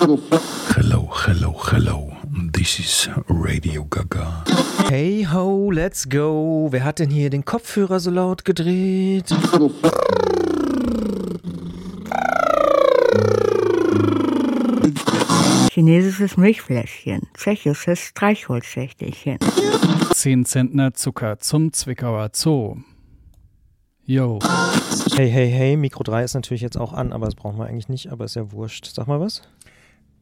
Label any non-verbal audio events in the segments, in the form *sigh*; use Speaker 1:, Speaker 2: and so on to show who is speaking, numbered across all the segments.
Speaker 1: Hello, hello, hello. This is Radio Gaga.
Speaker 2: Hey ho, let's go. Wer hat denn hier den Kopfhörer so laut gedreht?
Speaker 3: Chinesisches Milchfläschchen, tschechisches Streichholzschächtelchen.
Speaker 4: 10 Zentner Zucker zum Zwickauer Zoo. Yo.
Speaker 2: Hey, hey, hey, Mikro 3 ist natürlich jetzt auch an, aber das brauchen wir eigentlich nicht, aber ist ja wurscht. Sag mal was.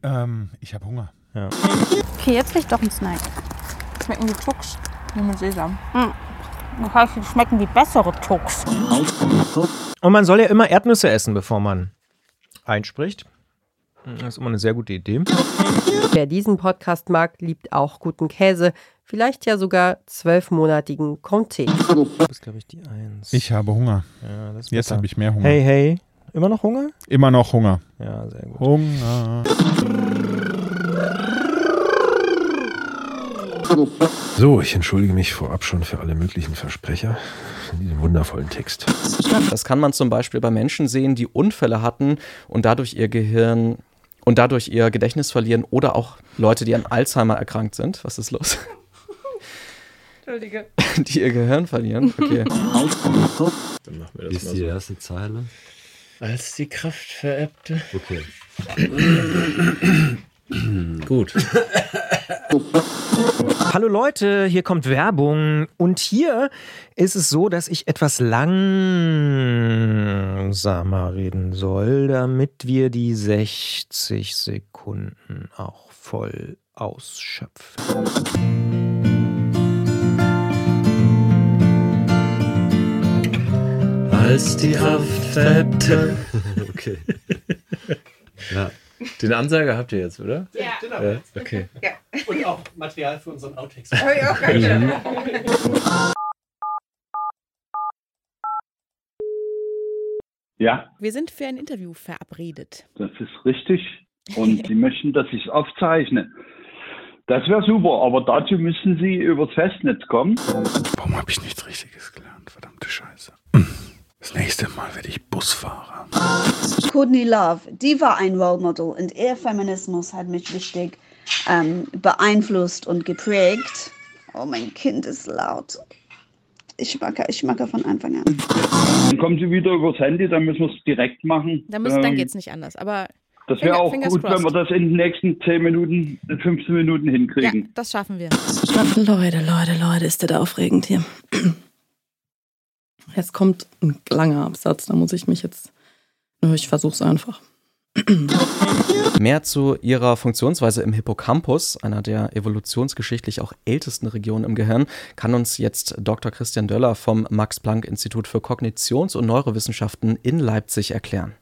Speaker 5: Ähm, ich habe Hunger.
Speaker 6: Okay, jetzt will ich doch einen Snack. Hm.
Speaker 7: Schmecken die Tucks nur mit Sesam.
Speaker 6: Das heißt, die schmecken wie bessere Tucks.
Speaker 2: Und man soll ja immer Erdnüsse essen, bevor man einspricht. Das ist immer eine sehr gute Idee.
Speaker 8: Wer diesen Podcast mag, liebt auch guten Käse. Vielleicht ja sogar zwölfmonatigen Conté.
Speaker 2: Du bist, glaube ich, die Eins.
Speaker 5: Ich habe Hunger.
Speaker 2: Ja, das ist
Speaker 5: Jetzt
Speaker 2: bitter.
Speaker 5: habe ich mehr Hunger.
Speaker 2: Hey, hey. Immer noch Hunger?
Speaker 5: Immer noch Hunger.
Speaker 2: Ja, sehr gut.
Speaker 5: Hunger.
Speaker 1: So, ich entschuldige mich vorab schon für alle möglichen Versprecher in diesem wundervollen Text.
Speaker 9: Das kann man zum Beispiel bei Menschen sehen, die Unfälle hatten und dadurch ihr Gehirn und dadurch ihr Gedächtnis verlieren oder auch Leute, die an Alzheimer erkrankt sind. Was ist los?
Speaker 7: Entschuldige.
Speaker 9: *laughs* Die ihr Gehirn verlieren. Okay.
Speaker 10: Dann machen wir das
Speaker 11: Ist
Speaker 10: mal
Speaker 11: die
Speaker 10: so.
Speaker 11: erste Zeile?
Speaker 10: Als die Kraft verebbte.
Speaker 11: Okay.
Speaker 10: Gut.
Speaker 2: Hallo Leute, hier kommt Werbung. Und hier ist es so, dass ich etwas langsamer reden soll, damit wir die 60 Sekunden auch voll ausschöpfen.
Speaker 10: Als die Kraft verebbte.
Speaker 11: *laughs* Okay. Ja. genau.
Speaker 10: Den Ansager habt ihr jetzt, oder?
Speaker 7: Ja.
Speaker 10: Ja. Okay.
Speaker 12: Und auch *laughs* Material für unseren Outtakes.
Speaker 13: Ja,
Speaker 14: Wir sind für ein Interview verabredet.
Speaker 13: das ist richtig. Und Sie möchten, dass ich es aufzeichne. Das wäre super, aber dazu müssen Sie übers Festnetz kommen.
Speaker 1: Warum habe ich nichts Richtiges gelernt? Verdammte Scheiße. Das nächste Mal werde ich Busfahrer.
Speaker 15: Courtney Love, die war ein Role Model und ihr Feminismus hat mich wichtig ähm, beeinflusst und geprägt. Oh, mein Kind ist laut. Ich mag, ich mag von Anfang an.
Speaker 13: Dann kommen Sie wieder übers Handy, dann müssen wir es direkt machen.
Speaker 14: Da müssen, dann
Speaker 13: Ähm,
Speaker 14: geht's nicht anders. Aber
Speaker 13: Das wäre
Speaker 14: Finger-
Speaker 13: auch
Speaker 14: Fingers
Speaker 13: gut, wenn wir
Speaker 14: crossed.
Speaker 13: das in den nächsten 10 Minuten, 15 Minuten
Speaker 14: ja,
Speaker 13: hinkriegen.
Speaker 14: das schaffen wir.
Speaker 16: Leute, Leute, Leute, ist das aufregend hier. Jetzt kommt ein langer Absatz, da muss ich mich jetzt. Nö, Ich versuch's einfach.
Speaker 9: Mehr zu ihrer Funktionsweise im Hippocampus, einer der evolutionsgeschichtlich auch ältesten Regionen im Gehirn, kann uns jetzt Dr. Christian Döller vom Max-Planck-Institut für Kognitions- und Neurowissenschaften in Leipzig erklären.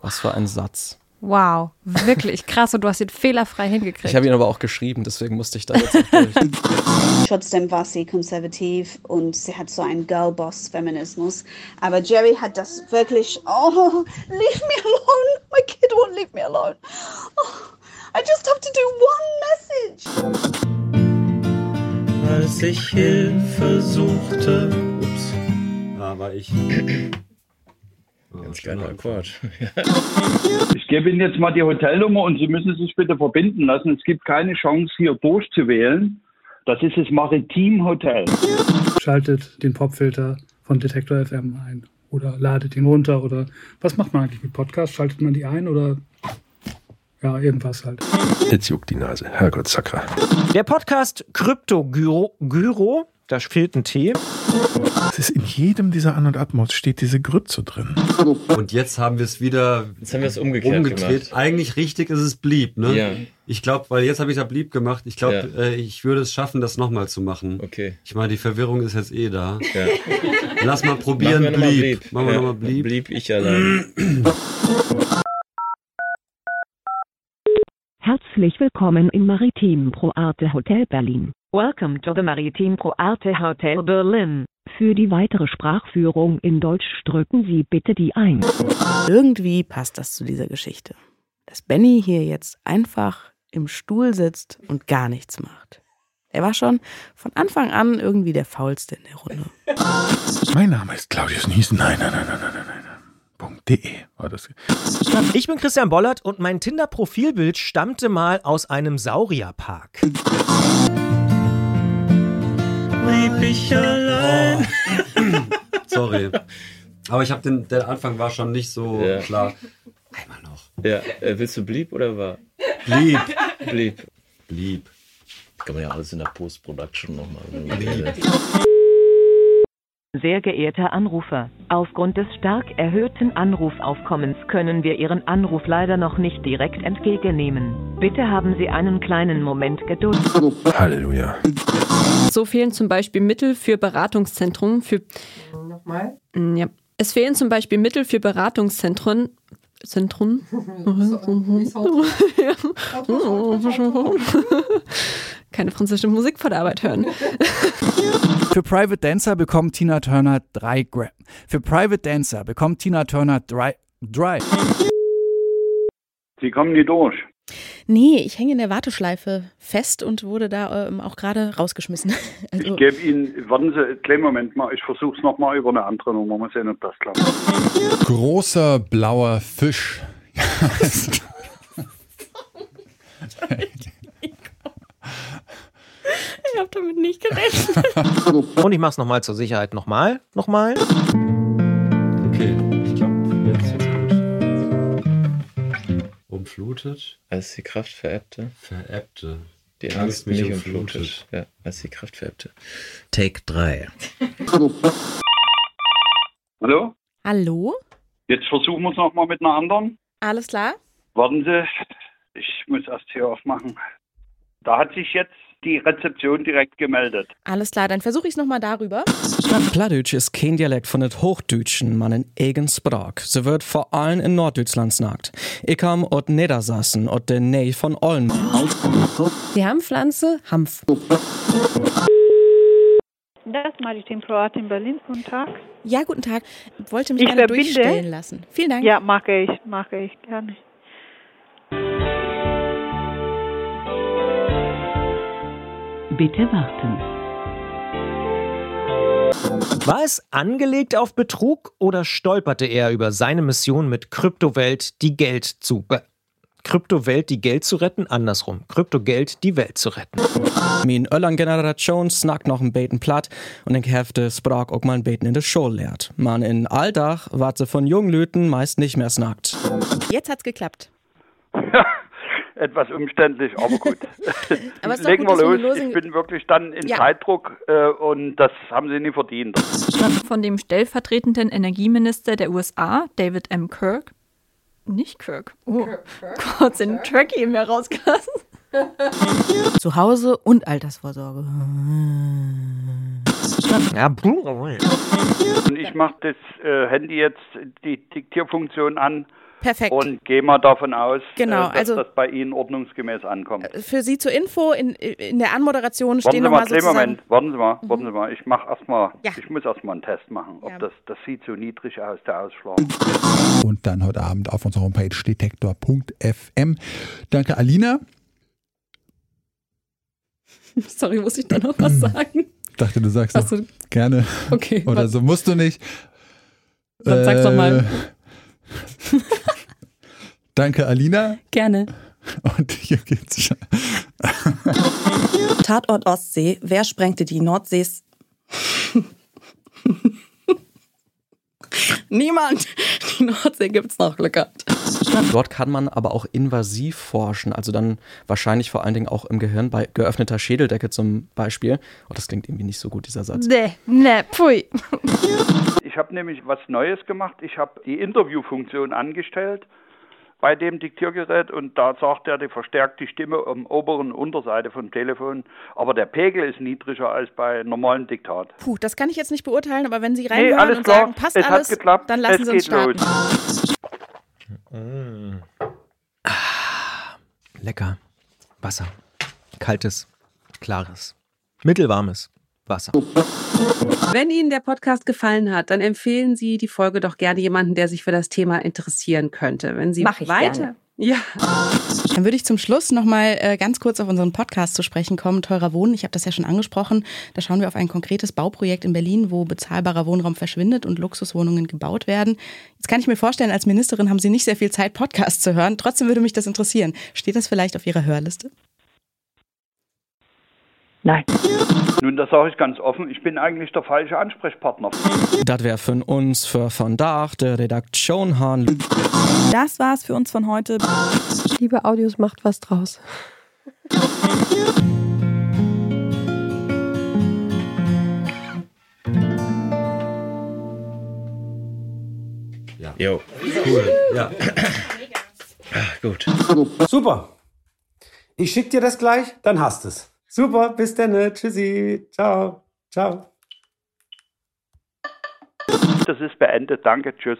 Speaker 9: Was für ein Satz.
Speaker 7: Wow, wirklich krass und du hast ihn fehlerfrei
Speaker 9: Ich
Speaker 7: hingekriegt.
Speaker 9: habe ihn aber auch geschrieben, deswegen musste ich da jetzt auch
Speaker 15: Trotzdem war sie konservativ und sie hat so einen Girl-Boss-Feminismus. Aber Jerry hat das wirklich. Oh, leave me alone. My kid won't leave me alone. Oh, I just have to do one message.
Speaker 10: Als ich Hilfe suchte. Ups.
Speaker 11: Da war ich. Oh,
Speaker 10: Ganz kleiner Quatsch.
Speaker 13: Ich gebe Ihnen jetzt mal die Hotelnummer und Sie müssen sich bitte verbinden lassen. Es gibt keine Chance, hier durchzuwählen. Das ist das Maritim Hotel.
Speaker 17: Schaltet den Popfilter von Detektor FM ein oder ladet ihn runter oder was macht man eigentlich mit Podcasts? Schaltet man die ein oder ja, irgendwas halt.
Speaker 1: Jetzt juckt die Nase. Herrgott, Sakra.
Speaker 2: Der Podcast Krypto-Gyro, Gyro, da fehlt ein T.
Speaker 5: Es ist in jedem dieser An- und Abmods steht diese Grütze drin.
Speaker 11: Und jetzt haben wir es wieder.
Speaker 10: Jetzt haben wir es umgekehrt
Speaker 11: umgedreht.
Speaker 10: gemacht.
Speaker 11: Eigentlich richtig ist es blieb, ne?
Speaker 10: Ja.
Speaker 11: Ich glaube, weil jetzt habe ich ja blieb gemacht. Ich glaube,
Speaker 10: Ja.
Speaker 11: äh, ich würde es schaffen, das nochmal zu machen.
Speaker 10: Okay.
Speaker 11: Ich meine, die Verwirrung ist jetzt eh da.
Speaker 10: Ja.
Speaker 11: Lass mal probieren,
Speaker 10: Machen wir noch mal
Speaker 11: blieb.
Speaker 10: blieb.
Speaker 11: Machen wir
Speaker 10: Ja,
Speaker 11: nochmal blieb.
Speaker 10: blieb ich allein.
Speaker 18: Herzlich willkommen im Maritim Pro Arte Hotel Berlin. Welcome to the Maritim Pro Arte Hotel Berlin. Für die weitere Sprachführung in Deutsch drücken Sie bitte die 1.
Speaker 14: Irgendwie passt das zu dieser Geschichte. Dass Benny hier jetzt einfach im Stuhl sitzt und gar nichts macht. Er war schon von Anfang an irgendwie der Faulste in der Runde.
Speaker 5: Mein Name ist Claudius Niesen. Nein, E. nein, nein, nein, nein, nein, nein.
Speaker 1: Podcast.de.
Speaker 5: Oh,
Speaker 1: war das.
Speaker 2: Ich bin Christian Bollert und mein Tinder-Profilbild stammte mal aus einem Saurierpark.
Speaker 10: Blieb ich allein.
Speaker 11: Sorry. Aber ich habe den, der Anfang war schon nicht so
Speaker 19: Ja.
Speaker 11: klar.
Speaker 19: Ja, äh, willst du blieb oder war?
Speaker 11: Blieb.
Speaker 19: Blieb.
Speaker 11: Blieb.
Speaker 19: Kann man ja alles in der Post-Production nochmal.
Speaker 18: Sehr geehrter Anrufer, aufgrund des stark erhöhten Anrufaufkommens können wir Ihren Anruf leider noch nicht direkt entgegennehmen. Bitte haben Sie einen kleinen Moment Geduld.
Speaker 1: Halleluja.
Speaker 20: So fehlen zum Beispiel Mittel für Beratungszentren für.
Speaker 8: Nochmal?
Speaker 20: Mm, Ja. Es fehlen zum Beispiel Mittel für Beratungszentren. Zentren? *laughs* Keine französische Musik vor der Arbeit hören.
Speaker 4: Für Private Dancer bekommt Tina Turner drei Gra Für Private Dancer bekommt Tina Turner drei. drei.
Speaker 13: Sie kommen nicht durch.
Speaker 21: Nee, ich hänge in der Warteschleife fest und wurde da ähm, auch gerade rausgeschmissen.
Speaker 13: Ich gebe Ihnen, warten Sie, kleinen Moment mal, ich versuche es nochmal über eine andere Nummer, mal sehen, ob das klappt.
Speaker 22: Großer blauer Fisch.
Speaker 20: Ich habe damit nicht gerechnet.
Speaker 2: Und ich mach's nochmal zur Sicherheit. Nochmal, nochmal.
Speaker 11: Okay, ich glaube, jetzt ist gut. Umflutet.
Speaker 19: Als die Kraft verebbte.
Speaker 11: Verebbte.
Speaker 19: Die Angst mich umflutet. Ja, als die Kraft verebbte. Take 3.
Speaker 13: Hallo?
Speaker 21: Hallo?
Speaker 13: Jetzt versuchen wir es nochmal mit einer anderen.
Speaker 21: Alles klar?
Speaker 13: Warten Sie, ich muss erst hier aufmachen. Da hat sich jetzt die Rezeption direkt gemeldet.
Speaker 21: Alles klar, dann versuche ich es nochmal darüber.
Speaker 9: Plattdeutsch ist kein Dialekt von den Hochdeutschen, man in eigen Sprach. Sie wird vor allem in Norddeutschland snagt. Ich kam aus Niedersachsen, aus der Nähe von Olm.
Speaker 23: Die Hampfpflanze, Hanf.
Speaker 24: Das Maritim Pro Art in Berlin. Guten Tag.
Speaker 21: Ja, guten Tag. Wollte mich
Speaker 24: Ich
Speaker 21: gerne
Speaker 24: verbinde.
Speaker 21: durchstellen lassen. Vielen Dank.
Speaker 24: Ja, mache ich, mache ich gerne.
Speaker 18: Bitte warten.
Speaker 2: War es angelegt auf Betrug oder stolperte er über seine Mission mit Kryptowelt die Geld zu be Kryptowelt die Geld zu retten? Andersrum. Kryptogeld die Welt zu retten.
Speaker 9: *laughs* Min Öllern Generation snackt noch ein beten platt und ich hefte Sprach auch mal ein beten in der Schule lehrt. Man in Alldach wart sie von jungen Lüten meist nicht mehr snackt.
Speaker 21: Jetzt hat's geklappt.
Speaker 13: Etwas umständlich, aber gut.
Speaker 21: Aber ist doch
Speaker 13: Legen
Speaker 21: gut, dass wir
Speaker 13: wir
Speaker 21: eine
Speaker 13: los.
Speaker 21: Losung-
Speaker 13: Ich bin wirklich dann in
Speaker 20: Ja.
Speaker 13: Zeitdruck äh, und das haben Sie nie verdient.
Speaker 20: Von dem stellvertretenden Energieminister der USA, David M. Kirk. Nicht Kirk. Oh, kurz den Tracky in mir rausgelassen.
Speaker 14: Zuhause und Altersvorsorge.
Speaker 2: Ja, brr.
Speaker 13: Und ich mache das äh, Handy jetzt die Diktierfunktion an.
Speaker 21: Perfekt.
Speaker 13: Und gehe mal davon aus,
Speaker 21: Genau,
Speaker 13: äh, dass
Speaker 21: also-
Speaker 13: das bei Ihnen ordnungsgemäß ankommt.
Speaker 21: Für Sie zur Info, in, in der Anmoderation
Speaker 13: Warten
Speaker 21: stehen
Speaker 13: Sie mal,
Speaker 21: nochmal
Speaker 13: kleinen
Speaker 21: sozusagen...
Speaker 13: Moment, warten Sie mal, warten Sie mal. Ich mach erstmal,
Speaker 21: Mhm. Ja.
Speaker 13: ich muss erstmal einen Test machen, ob
Speaker 21: Ja.
Speaker 13: das, das sieht so niedrig aus, der Ausschlag.
Speaker 22: Und dann heute Abend auf unserer Homepage detektor.fm. Danke, Alina.
Speaker 23: *laughs* Sorry, muss ich da noch was sagen?
Speaker 22: Hm. Dachte, du sagst
Speaker 23: Ach so.
Speaker 22: noch gerne.
Speaker 23: Okay,
Speaker 22: Oder
Speaker 23: warte.
Speaker 22: so musst du nicht.
Speaker 23: Dann sag's doch mal.
Speaker 22: Äh, *laughs* Danke, Alina.
Speaker 23: Gerne.
Speaker 22: Und hier geht's schon.
Speaker 25: Tatort Ostsee. Wer sprengte die
Speaker 15: *laughs*
Speaker 25: Nordsees? Niemand. Die Nordsee gibt's noch, Glück gehabt.
Speaker 9: Dort kann man aber auch invasiv forschen, also dann wahrscheinlich vor allen Dingen auch im Gehirn bei geöffneter Schädeldecke zum Beispiel. Oh, das klingt irgendwie nicht so gut, dieser Satz.
Speaker 23: Nee, nee, pfui.
Speaker 13: Ich habe nämlich was Neues gemacht. Ich habe die Interviewfunktion angestellt bei dem Diktiergerät und da sagt er, die verstärkt die Stimme am oberen Unterseite vom Telefon, aber der Pegel ist niedriger als bei normalem Diktat.
Speaker 21: Puh, das kann ich jetzt nicht beurteilen, aber wenn Sie
Speaker 13: Nee,
Speaker 21: reinhören
Speaker 13: alles
Speaker 21: und
Speaker 13: klar,
Speaker 21: sagen, passt
Speaker 13: es
Speaker 21: alles,
Speaker 13: hat geklappt,
Speaker 21: dann lassen
Speaker 13: es
Speaker 21: Sie uns
Speaker 13: geht
Speaker 21: starten.
Speaker 13: los.
Speaker 2: Mm. Ah, Lecker. Wasser. Kaltes, klares, mittelwarmes Wasser.
Speaker 26: Wenn Ihnen der Podcast gefallen hat, dann empfehlen Sie die Folge doch gerne jemanden, der sich für das Thema interessieren könnte. Wenn Sie
Speaker 27: Mach ich
Speaker 26: weiter
Speaker 27: gerne.
Speaker 28: Ja.
Speaker 18: Dann würde ich zum Schluss nochmal äh, ganz kurz auf unseren Podcast zu sprechen kommen, Teurer Wohnen. Ich habe das ja schon angesprochen. Da schauen wir auf ein konkretes Bauprojekt in Berlin, wo bezahlbarer Wohnraum verschwindet und Luxuswohnungen gebaut werden. Jetzt kann ich mir vorstellen, als Ministerin haben Sie nicht sehr viel Zeit, Podcasts zu hören. Trotzdem würde mich das interessieren. Steht das vielleicht auf Ihrer Hörliste?
Speaker 15: Nein.
Speaker 13: Nun, das sage ich ganz offen, ich bin eigentlich der falsche Ansprechpartner.
Speaker 9: Das wäre von uns, für von Dach, der Redaktion Han.
Speaker 15: Das war's für uns von heute.
Speaker 20: Liebe Audios, macht was draus.
Speaker 2: Ja. Jo.
Speaker 29: Cool. Ja.
Speaker 2: Gut.
Speaker 4: Super. Ich schick dir das gleich, dann hast es. Super, bis dann. Tschüssi. Ciao. Ciao.
Speaker 13: Das ist beendet. Danke, tschüss.